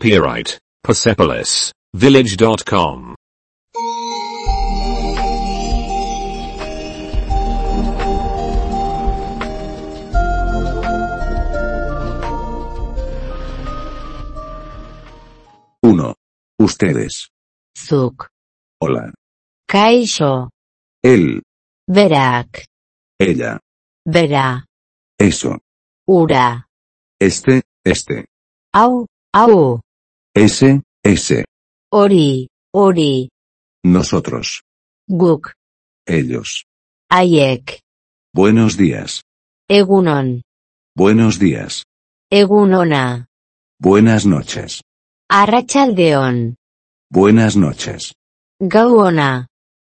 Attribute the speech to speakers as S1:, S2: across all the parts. S1: Copyright Persepolis Village.com.
S2: Uno. Ustedes.
S3: Zuk,
S2: Hola.
S3: kaixo,
S2: Él.
S3: berak,
S2: Ella.
S3: bera,
S2: Eso.
S3: ura,
S2: Este. Este.
S3: hau, hau,
S2: Ese. Ese.
S3: hori, hori,
S2: Nosotros.
S3: guk,
S2: Ellos.
S3: haiek,
S2: Buenos días.
S3: egunon,
S2: Buenos días.
S3: egunona,
S2: Buenas noches.
S3: arratsaldeon,
S2: Buenas noches.
S3: gauona,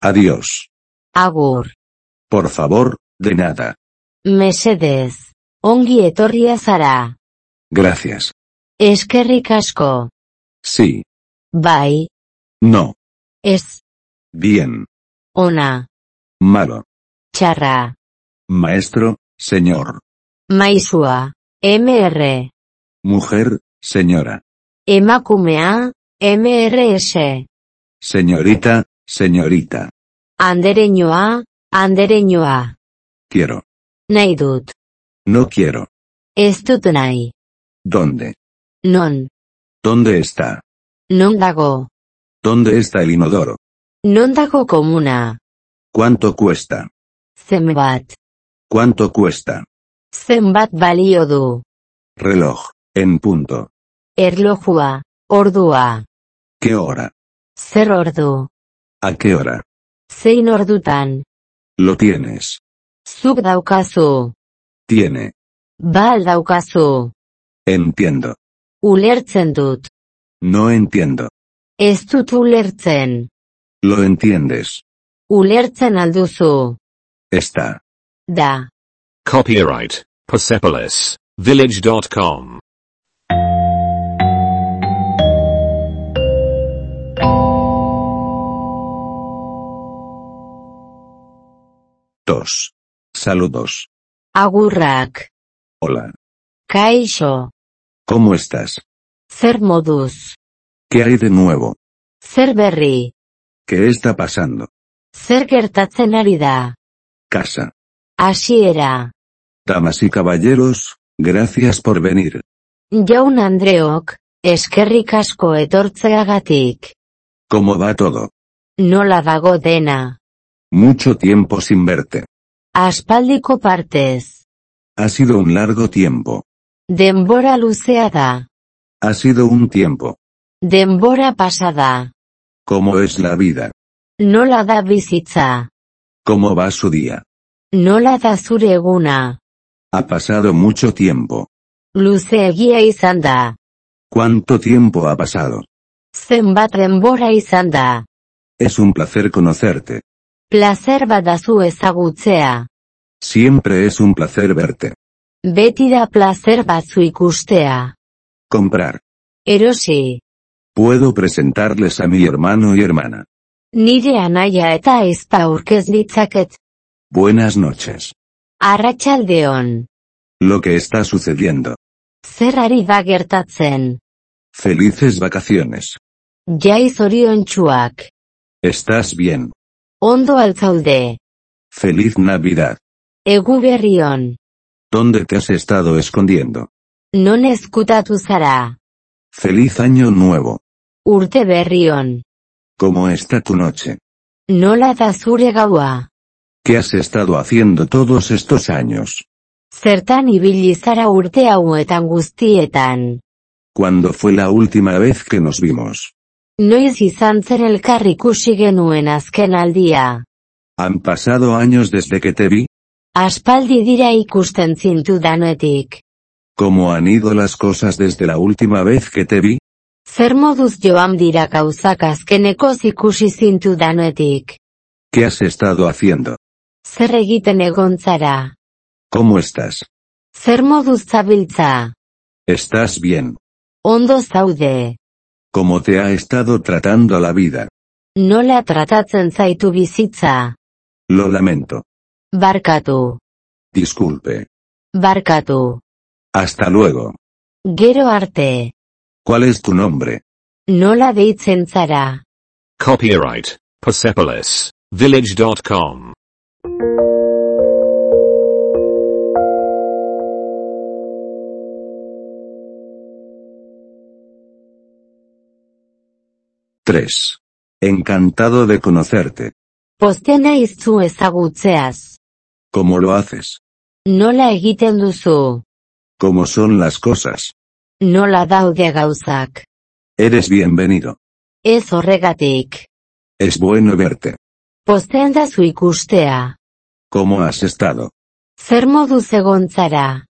S2: Adiós.
S3: agur,
S2: Por favor, de nada.
S3: mesedez, ongi etorria zara,
S2: Gracias.
S3: eskerrik asko,
S2: Sí.
S3: bai,
S2: No.
S3: ez,
S2: Bien.
S3: ona,
S2: Malo.
S3: txarra,
S2: Maestro, señor.
S3: maizua, MR,
S2: Mujer, señora.
S3: emakumea, MRS.
S2: Señorita, señorita.
S3: Andereñoa, andereñoa.
S2: Quiero.
S3: Nahi dut.
S2: No quiero.
S3: Ez dut nahi.
S2: ¿Dónde?
S3: Non.
S2: ¿Dónde está?
S3: Non dago.
S2: ¿Dónde está el inodoro?
S3: Non dago komuna.
S2: ¿Cuánto cuesta?
S3: Zenbat.
S2: ¿Cuánto cuesta?
S3: Zenbat balio du.
S2: Reloj. En punto.
S3: Erlojua. Ordua.
S2: ¿Qué hora?
S3: Zer ordu.
S2: ¿A qué hora?
S3: Zein ordutan.
S2: Lo tienes.
S3: Zuk daukazu.
S2: Tiene.
S3: Bal daukazu.
S2: Entiendo.
S3: Ulertzen dut.
S2: No entiendo.
S3: Ez dut ulertzen.
S2: Lo entiendes.
S3: Ulertzen alduzu.
S2: Está.
S3: Da.
S1: Copyright Persepolis Village.com.
S2: Dos. Saludos.
S3: Agurrak.
S2: Hola.
S3: Kaixo.
S2: ¿Cómo estás?
S3: Zer moduz.
S2: ¿Qué hay de nuevo?
S3: Zer berri,
S2: ¿Qué está pasando?
S3: zer gertatzen ari da,
S2: Casa.
S3: hasiera,
S2: Damas y caballeros, gracias por venir.
S3: jaun Andreok, eskerrik asko etortzeagatik,
S2: ¿Cómo va todo?
S3: nola dago dena,
S2: Mucho tiempo sin verte.
S3: aspaldiko partez,
S2: Ha sido un largo tiempo.
S3: denbora luzea da,
S2: Ha sido un tiempo.
S3: denbora pasada,
S2: ¿Cómo es la vida?
S3: nola da bizitza,
S2: ¿Cómo va su día?
S3: nola da zure eguna,
S2: Ha pasado mucho tiempo.
S3: luzeegia izan da,
S2: ¿Cuánto tiempo ha pasado?
S3: zenbat denbora izan da,
S2: Es un placer conocerte.
S3: plazer badazu ezagutzea,
S2: Siempre es un placer verte.
S3: beti da plazer batzu ikustea.
S2: Comprar.
S3: Erosi,
S2: Puedo presentarles a mi hermano y hermana.
S3: nire anaia eta aizpa aurkez ditzaket,
S2: Buenas noches.
S3: arratsaldeon.
S2: Lo que está sucediendo.
S3: Zer ari da gertatzen?
S2: Felices vacaciones.
S3: Jai zoriontsuak.
S2: Estás bien.
S3: Ondo altzaude.
S2: Feliz Navidad.
S3: Egu berrion.
S2: ¿Dónde te has estado escondiendo?
S3: Non ezkutatu zara.
S2: Feliz año nuevo.
S3: Urte berrion.
S2: ¿Cómo está tu noche?
S3: Nola da zure gaua.
S2: ¿Qué has estado haciendo todos estos años?
S3: Zertan ibili zara urte hauetan guztietan.
S2: ¿Cuándo fue la última vez que nos vimos?
S3: Noiz izan zen elkar ikusi genuen azken aldia.
S2: ¿Han pasado años desde que te vi?
S3: Aspaldi dira ikusten zintu danetik.
S2: ¿Cómo han ido las cosas desde la última vez que te vi?
S3: Zer moduz joan dira gauzak azkeneko ikusi zintu danetik.
S2: ¿Qué has estado haciendo?
S3: Zer egiten egon zara.
S2: ¿Cómo estás?
S3: Zer moduz zabiltza.
S2: ¿Estás bien?
S3: Ondo zaude.
S2: ¿Cómo te ha estado tratando la vida?
S3: Nola tratatzen zaitu bizitza.
S2: Lo lamento.
S3: Barkatu.
S2: Disculpe.
S3: Barkatu.
S2: Hasta luego.
S3: Gero arte.
S2: ¿Cuál es tu nombre?
S3: Nola deitzen zara?
S1: Copyright Persepolis Village.com.
S2: Tres. Encantado de conocerte.
S3: Postea naiz zu ezagutzeaz.
S2: ¿Cómo lo haces?
S3: Nola egiten duzu?
S2: ¿Cómo son las cosas?
S3: Nola daude gauzak?
S2: Eres bienvenido.
S3: Ez horregatik.
S2: Es bueno verte.
S3: Postean da zu ikustea.
S2: ¿Cómo has estado?
S3: Zer moduz egon zara?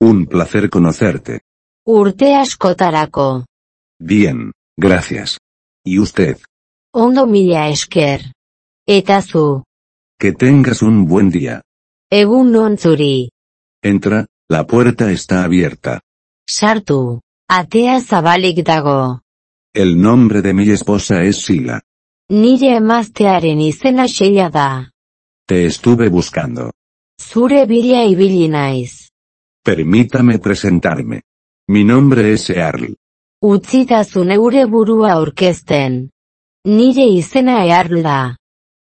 S2: Un placer conocerte.
S3: Urte askotarako.
S2: Bien, gracias. ¿Y usted?
S3: Ondo mila esker. Eta zu,
S2: Que tengas un buen día.
S3: egun non zuri.
S2: Entra, la puerta está abierta.
S3: Sartu, atea zabalik dago.
S2: El nombre de mi esposa es Sila.
S3: Nire emaztearen izena xeia da.
S2: Te estuve buscando.
S3: Zure bila ibili naiz.
S2: Permítame presentarme. Mi nombre es Earl.
S3: Utzitazu neure burua aurkezten. Nire izena eharl da.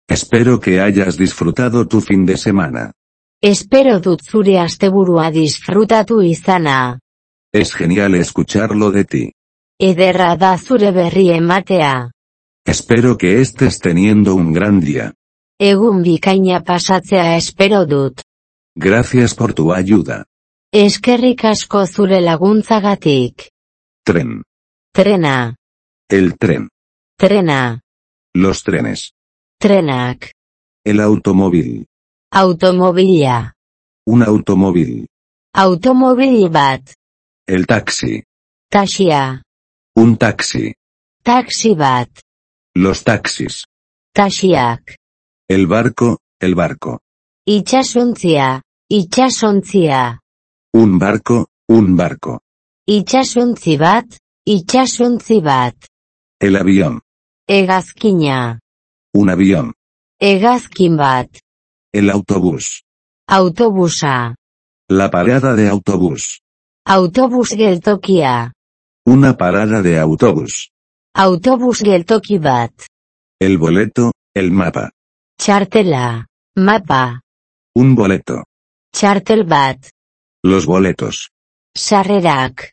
S2: Espero que hayas disfrutado tu fin de semana.
S3: Espero dut zure asteburua disfrutatu izana.
S2: Es genial escucharlo de ti.
S3: Ederra da zure berri ematea.
S2: Espero que estés teniendo un gran día.
S3: Egun bikaina pasatzea espero dut.
S2: Gracias por tu ayuda.
S3: Eskerrik asko zure laguntzagatik.
S2: Tren.
S3: Trena,
S2: El tren.
S3: trena,
S2: Los trenes.
S3: trenak,
S2: El automóvil.
S3: automobila,
S2: Un automóvil.
S3: automobil bat,
S2: El taxi.
S3: taxia,
S2: Un taxi.
S3: taxi bat,
S2: Los taxis.
S3: taxiak,
S2: El barco. El barco.
S3: itxasontzia, itxasontzia,
S2: Un barco. Un barco.
S3: itxasontzi bat, itxasontzi bat,
S2: El avión.
S3: hegazkina,
S2: Un avión.
S3: hegazkin bat,
S2: El autobús.
S3: autobusa,
S2: La parada de autobús.
S3: autobus geltokia,
S2: Una parada de autobús.
S3: autobus geltoki bat,
S2: El boleto. El mapa.
S3: txartela, mapa,
S2: Un boleto.
S3: txartel bat,
S2: Los boletos.
S3: sarrerak.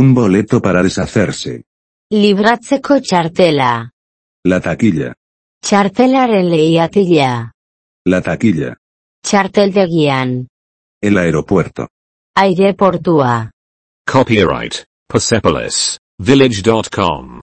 S2: Un boleto para deshacerse.
S3: Libratzeko txartela.
S2: La taquilla.
S3: Txartelaren lehiatila.
S2: La taquilla.
S3: Txarteldegian.
S2: El aeropuerto.
S3: Aireportua.
S1: Copyright Persepolis Village.com.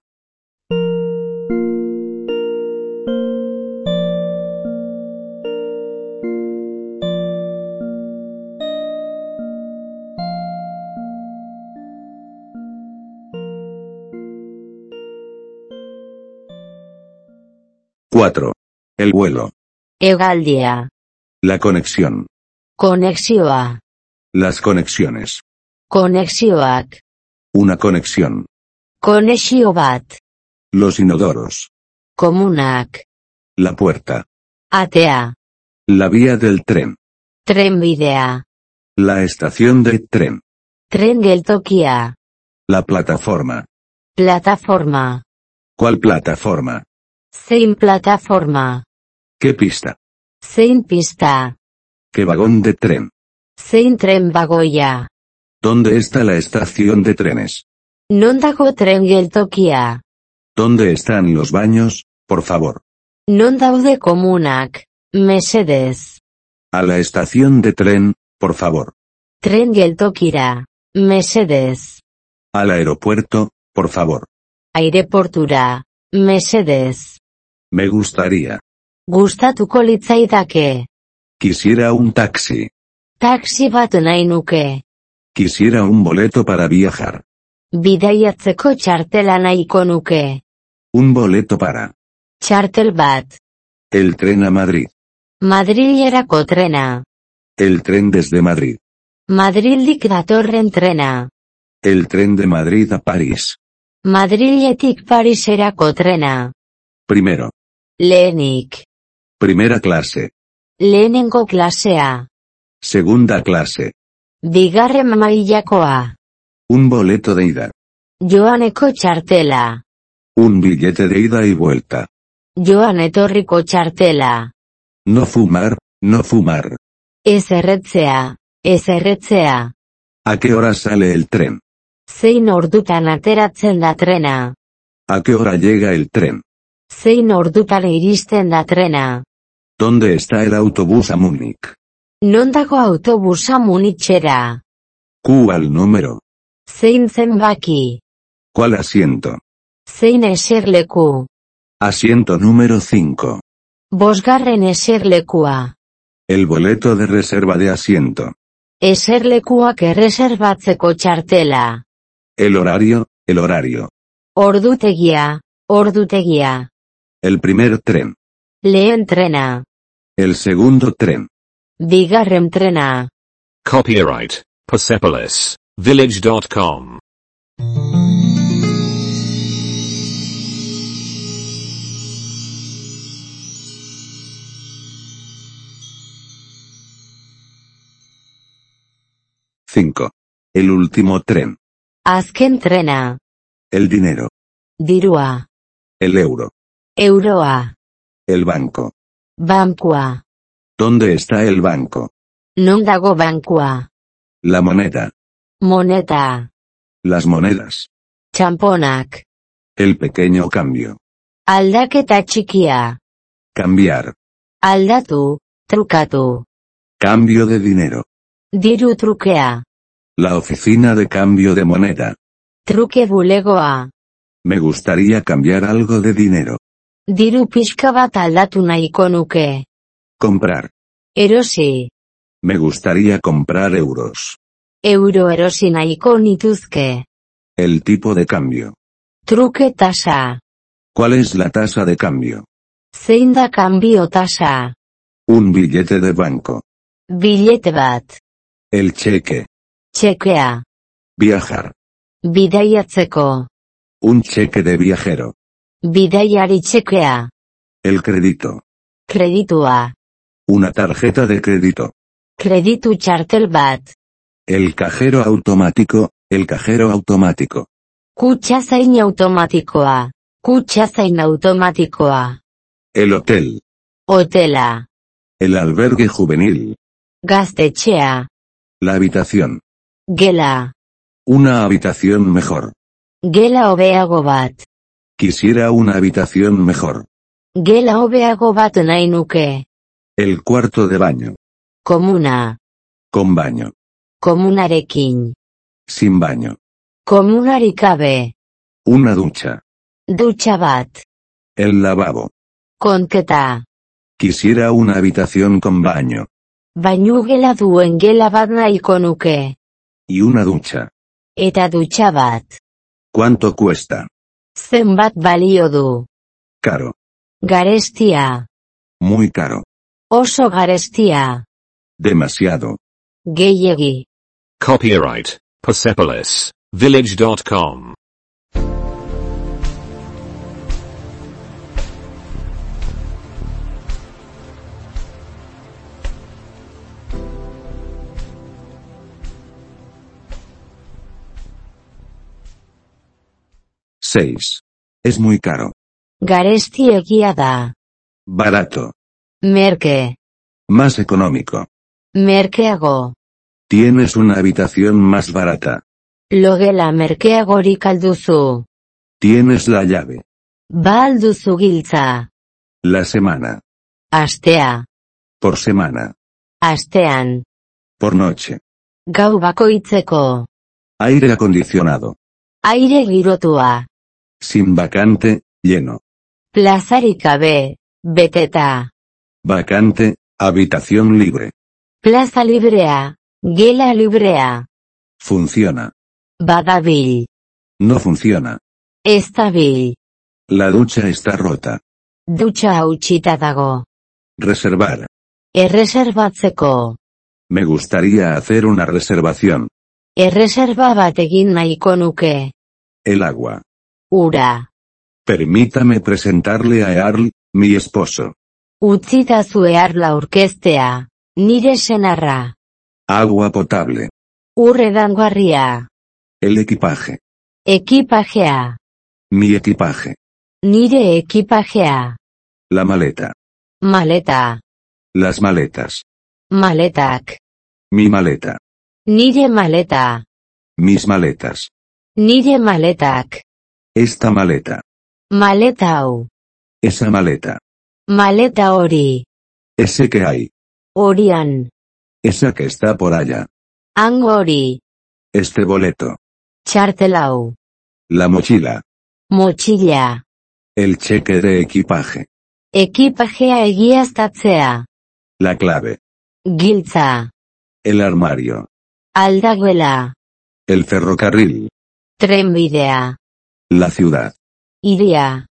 S2: Cuatro. El vuelo.
S3: Hegaldia.
S2: La conexión.
S3: Konexioa.
S2: Las conexiones.
S3: Konexioak.
S2: Una conexión.
S3: Konexio bat.
S2: Los inodoros.
S3: Komunak.
S2: La puerta.
S3: Atea.
S2: La vía del tren.
S3: Trenbidea.
S2: La estación de tren.
S3: Tren geltokia.
S2: La plataforma.
S3: Plataforma.
S2: ¿Cuál plataforma?
S3: Zein plataforma.
S2: ¿Qué pista?
S3: Zein pista.
S2: ¿Qué vagón de tren?
S3: Zein tren bagoia.
S2: ¿Dónde está la estación de trenes?
S3: Non dago tren geltokia.
S2: ¿Dónde están los baños? Por favor.
S3: Non daude komunak. Mesedez.
S2: A la estación de tren, por favor.
S3: Tren geltokira. Mesedez.
S2: Al aeropuerto, por favor.
S3: Aireportura. Mesedez.
S2: Me gustaría.
S3: Gustatuko litzaidake.
S2: Quisiera un taxi.
S3: Taxi bat nahi nuke.
S2: Quisiera un boleto para viajar.
S3: Bidaiatzeko txartela nahiko nuke.
S2: Un boleto para.
S3: Txartel bat.
S2: El tren a Madrid.
S3: Madrilerako trena.
S2: El tren desde Madrid.
S3: Madrildik datorren trena.
S2: El tren de Madrid a París.
S3: Madriletik Pariserako trena.
S2: Primero.
S3: Lehenik.
S2: Primera clase.
S3: Lehenengo klasea.
S2: Segunda clase.
S3: Bigarren mailakoa.
S2: Un boleto de ida.
S3: Joaneko txartela.
S2: Un billete de ida y vuelta.
S3: Joan etorriko txartela.
S2: No fumar, no fumar.
S3: Ez erretzea. Ez erretzea.
S2: ¿A qué hora sale el tren?
S3: Zein ordutan ateratzen da trena.
S2: ¿A qué hora llega el tren?
S3: Zein ordutan iristen da trena.
S2: ¿Dónde está el autobús a Múnich?
S3: Non dago autobusa munitxera.
S2: ¿Cuál número?
S3: Zein zenbaki.
S2: ¿Cuál asiento?
S3: Zein eserleku.
S2: Asiento número 5.
S3: Bosgarren eserlekua.
S2: El boleto de reserva de asiento.
S3: Eserlekuak erreserbatzeko txartela.
S2: El horario, el horario.
S3: Ordutegia. Ordutegia.
S2: El primer tren.
S3: Lehen trena.
S2: El segundo tren.
S3: Bigarren trena.
S1: Copyright Persepolis Village.com.
S2: Cinco. El último tren.
S3: Azken trena.
S2: El dinero.
S3: Dirua.
S2: El euro.
S3: Euroa.
S2: El banco.
S3: Bankua.
S2: ¿Dónde está el banco?
S3: Non dago bankua.
S2: La moneda.
S3: Moneta.
S2: Las monedas.
S3: Txamponak.
S2: El pequeño cambio.
S3: Aldaketa txikia.
S2: Cambiar.
S3: Aldatu, trukatu.
S2: Cambio de dinero.
S3: Diru trukea.
S2: La oficina de cambio de moneda.
S3: Truke bulegoa.
S2: Me gustaría cambiar algo de dinero.
S3: Diru pixka bat aldatu nahiko nuke.
S2: Comprar.
S3: Erosi.
S2: Me gustaría comprar euros.
S3: Euro erosi nahiko nituzke.
S2: El tipo de cambio.
S3: Truke tasa.
S2: ¿Cuál es la tasa de cambio?
S3: Zein da kanbio tasa.
S2: Un billete de banco.
S3: Bilete bat.
S2: El cheque.
S3: Txekea.
S2: Viajar.
S3: Bidaiatzeko.
S2: Un cheque de viajero.
S3: Bidaiari txekea.
S2: El crédito.
S3: Kreditua.
S2: Una tarjeta de crédito.
S3: Kreditu txartel bat.
S2: El cajero automático. El cajero automático.
S3: Kutsa zain automatikoa. Kutsa zain automatikoa.
S2: El hotel.
S3: Hotela.
S2: El albergue juvenil.
S3: Gaztetxea.
S2: La habitación.
S3: Gela.
S2: Una habitación mejor.
S3: Gela hobeago bat.
S2: Quisiera una habitación mejor.
S3: Gela hobeago bat nahi nuke.
S2: El cuarto de baño.
S3: Komuna.
S2: Con baño.
S3: Komunarekin.
S2: Sin baño.
S3: Komunarik gabe.
S2: Una ducha.
S3: Dutxa bat.
S2: El lavabo.
S3: Konketa.
S2: Quisiera una habitación con baño.
S3: Bainu gela duen gela bat nahiko nuke.
S2: Y una ducha.
S3: Eta dutxa bat.
S2: ¿Cuánto cuesta?
S3: Zenbat balio du.
S2: Caro.
S3: Garestia.
S2: Muy caro.
S3: Oso garestia.
S2: Demasiado.
S3: Gehiegi.
S1: Copyright Persepolis Village.com.
S2: Seis. Es muy caro.
S3: Garesti egia da.
S2: Barato.
S3: Merke.
S2: Más económico.
S3: Merkeago.
S2: Tienes una habitación más barata.
S3: Logela merkeagorik alduzu.
S2: Tienes la llave.
S3: Ba alduzu giltza.
S2: La semana.
S3: Astea.
S2: Por semana.
S3: Astean.
S2: Por noche.
S3: Gau bakoitzeko.
S2: Aire acondicionado.
S3: Aire girotua.
S2: Sin vacante, lleno.
S3: Plazarik gabe. Beteta.
S2: Vacante, habitación libre.
S3: Plaza librea. Gela librea.
S2: Funciona.
S3: Badabil.
S2: No funciona.
S3: Ez dabil.
S2: La ducha está rota.
S3: Dutxa hautsita dago.
S2: Reservar.
S3: Erreserbatzeko.
S2: Me gustaría hacer una reservación.
S3: Erreserba bat egin nahiko nuke.
S2: El agua.
S3: Ura.
S2: Permítame presentarle a Earl, mi esposo.
S3: Utzita zuearla aurkeztea. Nire senarra.
S2: Agua potable.
S3: Urredangarria.
S2: El equipaje.
S3: Ekipajea.
S2: Mi equipaje.
S3: Nire ekipajea.
S2: La maleta.
S3: Maleta.
S2: Las maletas.
S3: Maletak.
S2: Mi maleta.
S3: Nire maleta.
S2: Mis maletas.
S3: Nire maletak.
S2: Esta maleta.
S3: Maleta hau.
S2: Esa maleta.
S3: Maleta hori.
S2: Ese que hay.
S3: Horian.
S2: Esa que está por allá.
S3: Hango hori.
S2: Este boleto.
S3: Txartelau.
S2: La mochila.
S3: Motxila.
S2: El cheque de equipaje.
S3: Ekipajea egiaztatzea.
S2: La clave.
S3: Giltza.
S2: El armario.
S3: Aldagela.
S2: El ferrocarril.
S3: Trenbidea.
S2: La ciudad.
S3: Iria.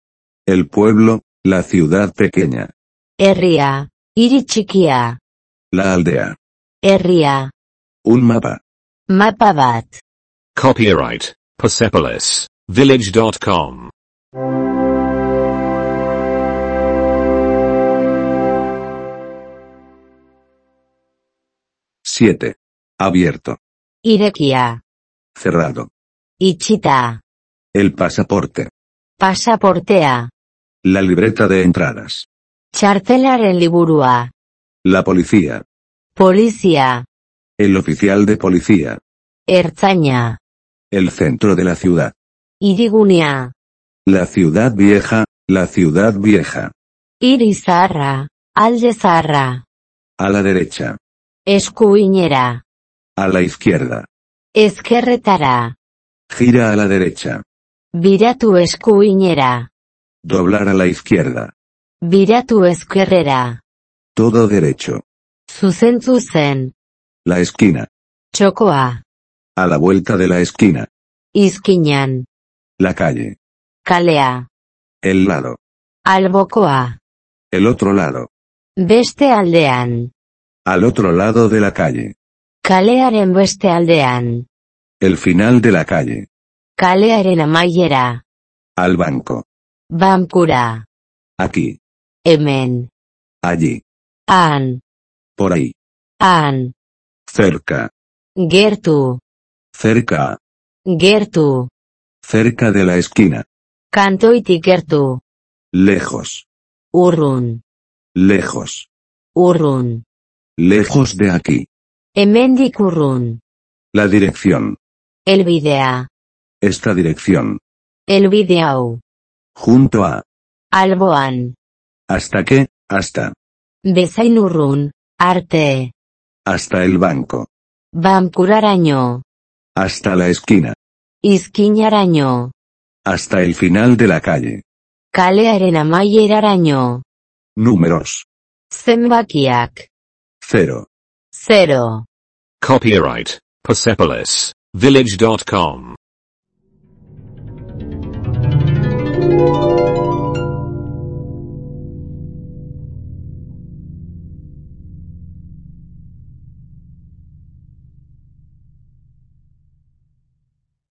S2: El pueblo. La ciudad pequeña.
S3: Herria. Hiri txikia.
S2: La aldea.
S3: Herria.
S2: Un mapa.
S3: Mapa bat.
S1: Copyright Persepolis Village.com.
S2: Siete. Abierto.
S3: Irekia.
S2: Cerrado.
S3: Itxita.
S2: El pasaporte.
S3: Pasaportea.
S2: La libreta de entradas.
S3: Txartelaren liburua.
S2: La policía.
S3: Polizia.
S2: El oficial de policía.
S3: Ertzaina.
S2: El centro de la ciudad.
S3: Irigunea.
S2: La ciudad vieja. La ciudad vieja.
S3: Hiri zaharra. Alde zaharra.
S2: A la derecha.
S3: Eskuinera.
S2: A la izquierda.
S3: Ezkerretara.
S2: Gira a la derecha.
S3: Biratu eskuinera.
S2: Doblar a la izquierda.
S3: Biratu ezkerrera.
S2: Todo derecho.
S3: Zuzentzu zen.
S2: La esquina.
S3: Txokoa.
S2: A la vuelta de la esquina.
S3: Izkinan.
S2: La calle.
S3: Kalea.
S2: El lado.
S3: Albokoa.
S2: El otro lado.
S3: Beste aldean.
S2: Al otro lado de la calle.
S3: Kalearen beste aldean.
S2: El final de la calle.
S3: Kalearen amaiera.
S2: Al banco.
S3: Bankura.
S2: Aquí.
S3: Hemen.
S2: Allí.
S3: Han.
S2: Por ahí.
S3: Han.
S2: Cerca.
S3: Gertu.
S2: Cerca.
S3: Gertu.
S2: Cerca de la esquina.
S3: Kantoitik gertu.
S2: Lejos.
S3: Urrun.
S2: Lejos.
S3: Urrun.
S2: Lejos de aquí.
S3: Hemendik urrun.
S2: La dirección.
S3: Elbidea.
S2: Esta dirección.
S3: Elbide hau.
S2: Junto a.
S3: Alboan.
S2: Hasta que. Hasta.
S3: Bezain urrun. Arte.
S2: Hasta el banco.
S3: Bankuraraino.
S2: Hasta la esquina.
S3: Izkinaraino.
S2: Hasta el final de la calle.
S3: Kalearen amaieraraino.
S2: Números.
S3: Zenbakiak.
S2: 0.
S3: Zero.
S1: Copyright Persepolis Village.com.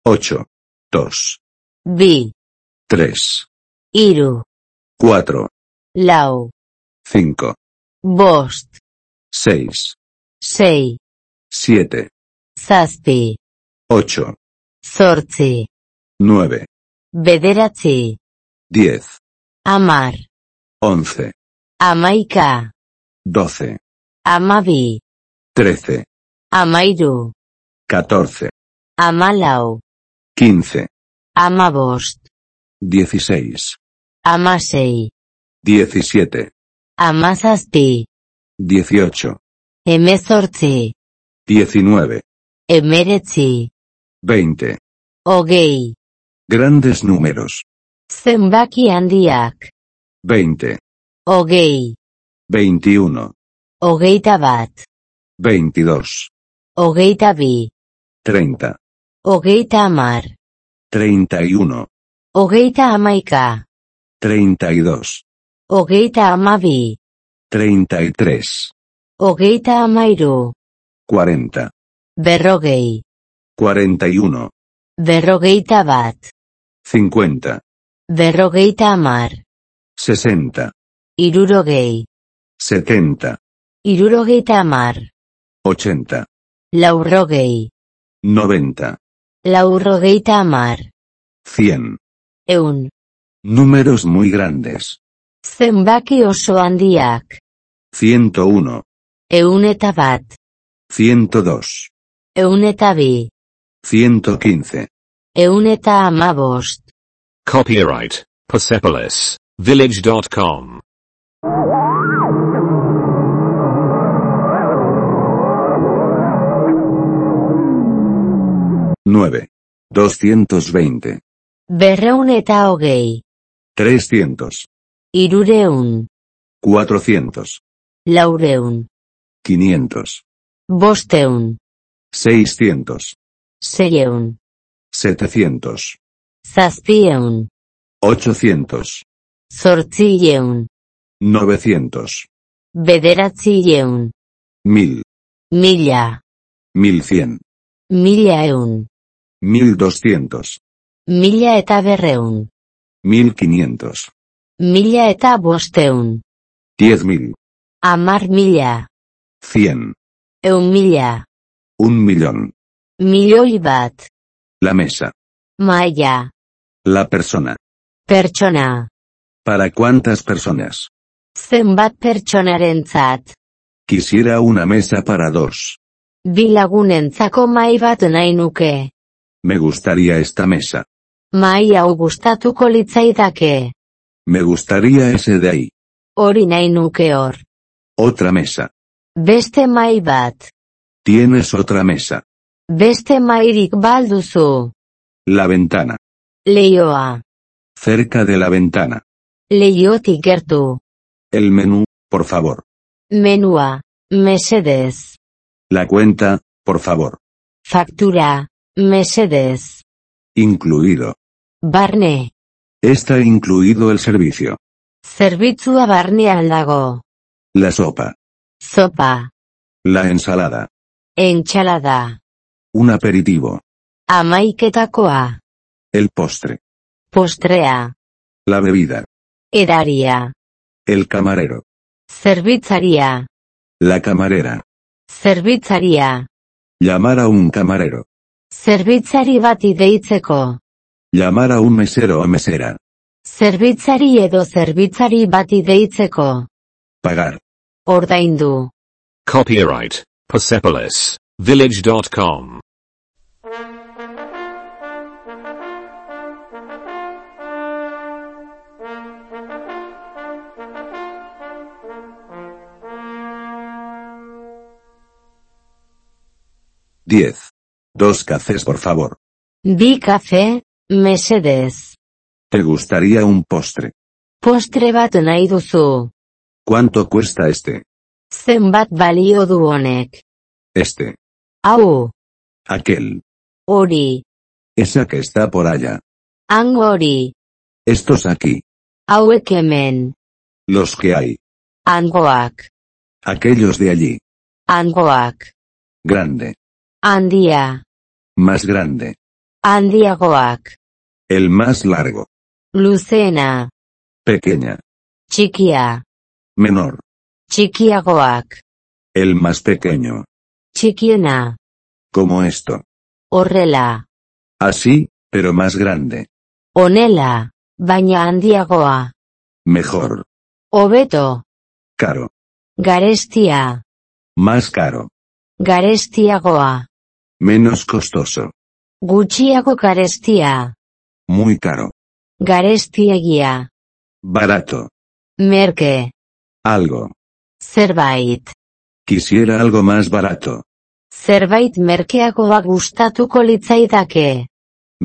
S2: Ocho. Dos.
S3: Bi.
S2: Tres.
S3: Iru.
S2: Cuatro.
S3: Lau.
S2: Cinco.
S3: Bost.
S2: Seis.
S3: Sei.
S2: Siete.
S3: Zazpi.
S2: Ocho.
S3: Zortzi.
S2: Nueve.
S3: Bederatzi.
S2: Diez.
S3: Amar.
S2: Once.
S3: Amaika.
S2: Doce.
S3: Amabi.
S2: Trece.
S3: Amairu.
S2: Catorce.
S3: Amalau.
S2: Quince.
S3: Amabost.
S2: Dieciséis.
S3: Amasei.
S2: Diecisiete.
S3: Amazazpi.
S2: Dieciocho.
S3: Hemezortzi.
S2: Diecinueve.
S3: Hemeretzi.
S2: Veinte.
S3: Hogei.
S2: Grandes números.
S3: Zenbaki handiak.
S2: Veinte.
S3: Hogei.
S2: Veintiuno.
S3: Hogeita bat.
S2: Veintidós.
S3: Hogeita bi.
S2: Treinta.
S3: Hogeita amar.
S2: Treinta y uno.
S3: Hogeita amaika.
S2: Treinta y dos.
S3: Hogeita amabi.
S2: Treinta y tres.
S3: Hogeita amairu.
S2: Cuarenta.
S3: Berrogei.
S2: Cuarenta y uno.
S3: Berrogeita bat.
S2: Cincuenta.
S3: Berrogeita amar.
S2: Sesenta.
S3: Irurogei.
S2: Setenta.
S3: Irurogeita amar.
S2: Ochenta.
S3: Laurrogei.
S2: Noventa.
S3: Laurrogeita amar.
S2: 100.
S3: eun.
S2: Números muy grandes.
S3: Zenbaki oso handiak,
S2: 101,
S3: eun eta bat,
S2: 102,
S3: eun eta bi,
S2: 115,
S3: eun eta amabost.
S1: Copyright Persepolis Village.com.
S2: nueve 220,
S3: Berreun eta hogei,
S2: 300,
S3: irureun,
S2: 400,
S3: laureun,
S2: 500,
S3: bosteun,
S2: 600,
S3: seieun,
S2: 700,
S3: zazpieun,
S2: 800,
S3: zortzieun,
S2: 900,
S3: bederatzieun,
S2: 1000,
S3: mila,
S2: 1100,
S3: mila eun,
S2: 1200,
S3: mila eta berreun,
S2: 1500,
S3: mila eta bosteun,
S2: 10000,
S3: amar mila,
S2: 100,
S3: eun mila,
S2: un millón.
S3: milioi bat,
S2: La mesa.
S3: maila,
S2: La persona.
S3: pertsona,
S2: ¿Para cuántas personas?
S3: zenbat pertsonarentzat,
S2: Quisiera una mesa para dos.
S3: bi lagunentzako mai bat nahi nuke,
S2: Me gustaría esta mesa.
S3: mai hau gustatuko litzaidake,
S2: Me gustaría ese de ahí.
S3: hori nahi nuke hor,
S2: Otra mesa.
S3: beste mai bat,
S2: Tienes otra mesa.
S3: beste mairik balduzu,
S2: La ventana.
S3: leioa,
S2: Cerca de la ventana.
S3: leiotik gertu,
S2: El menú, por favor.
S3: menua, mesedez.
S2: La cuenta, por favor.
S3: Faktura, mesedez,
S2: Incluido.
S3: barne,
S2: Está incluido el servicio.
S3: zerbitzua barnean dago,
S2: La sopa.
S3: zopa,
S2: La ensalada.
S3: entxalada,
S2: Un aperitivo.
S3: amaiketakoa,
S2: El postre.
S3: postrea,
S2: La bebida.
S3: edaria,
S2: El camarero.
S3: zerbitzaria,
S2: La camarera.
S3: zerbitzaria,
S2: Llamar a un camarero.
S3: zerbitzari bati deitzeko,
S2: Llamar a un mesero o mesera.
S3: zerbitzari edo zerbitzari bati deitzeko,
S2: Pagar.
S3: ordaindu.
S1: Copyright Persepolis Village.com.
S2: Diez. Dos cafés, por favor.
S3: Bi kafe, mesedez,
S2: ¿Te gustaría un postre?
S3: postre bat nahi duzu,
S2: ¿Cuánto cuesta este?
S3: zenbat balio du honek.
S2: Este.
S3: Hau,
S2: Aquel.
S3: hori,
S2: Esa que está por allá.
S3: hango hori,
S2: Estos aquí.
S3: hauek hemen,
S2: Los que hay.
S3: hangoak,
S2: Aquellos de allí.
S3: hangoak,
S2: Grande.
S3: handia,
S2: Más grande.
S3: handiagoak,
S2: El más largo.
S3: luzeena,
S2: Pequeña.
S3: txikia,
S2: Menor.
S3: txikiagoak,
S2: El más pequeño.
S3: txikiena,
S2: Como esto.
S3: horrela,
S2: Así, Ah, pero más grande.
S3: onela, baina handiagoa,
S2: Mejor.
S3: hobeto,
S2: Caro.
S3: garestia,
S2: Más caro.
S3: garestiagoa,
S2: Menos costoso.
S3: gutxiago garestia,
S2: Muy caro.
S3: garestiegia,
S2: Barato.
S3: merke,
S2: Algo.
S3: zerbait.
S2: Quisiera algo más barato.
S3: Zerbait merkeagoa gustatuko litzaidake.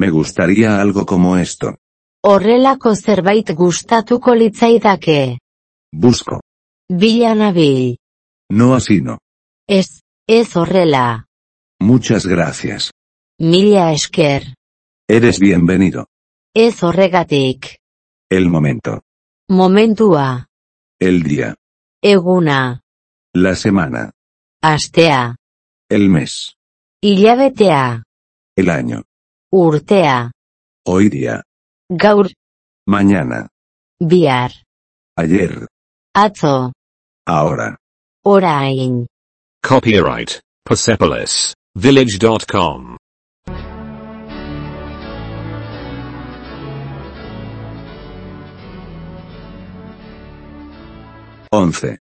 S2: Me gustaría algo como esto.
S3: Horrelako zerbait gustatuko litzaidake.
S2: Busco.
S3: Bila nabil.
S2: No así no.
S3: Ez, ez horrela.
S2: Muchas gracias.
S3: Mila esker.
S2: Eres bienvenido.
S3: Ez horregatik.
S2: El momento.
S3: Momentua.
S2: El día.
S3: Eguna.
S2: La semana.
S3: Astea.
S2: El mes.
S3: Hilabetea.
S2: El año.
S3: Urtea.
S2: Hoy día.
S3: Gaur.
S2: Mañana.
S3: Bihar.
S2: Ayer.
S3: Atzo.
S2: Ahora.
S3: Orain.
S1: Copyright Persepolis Village.com.
S2: 11.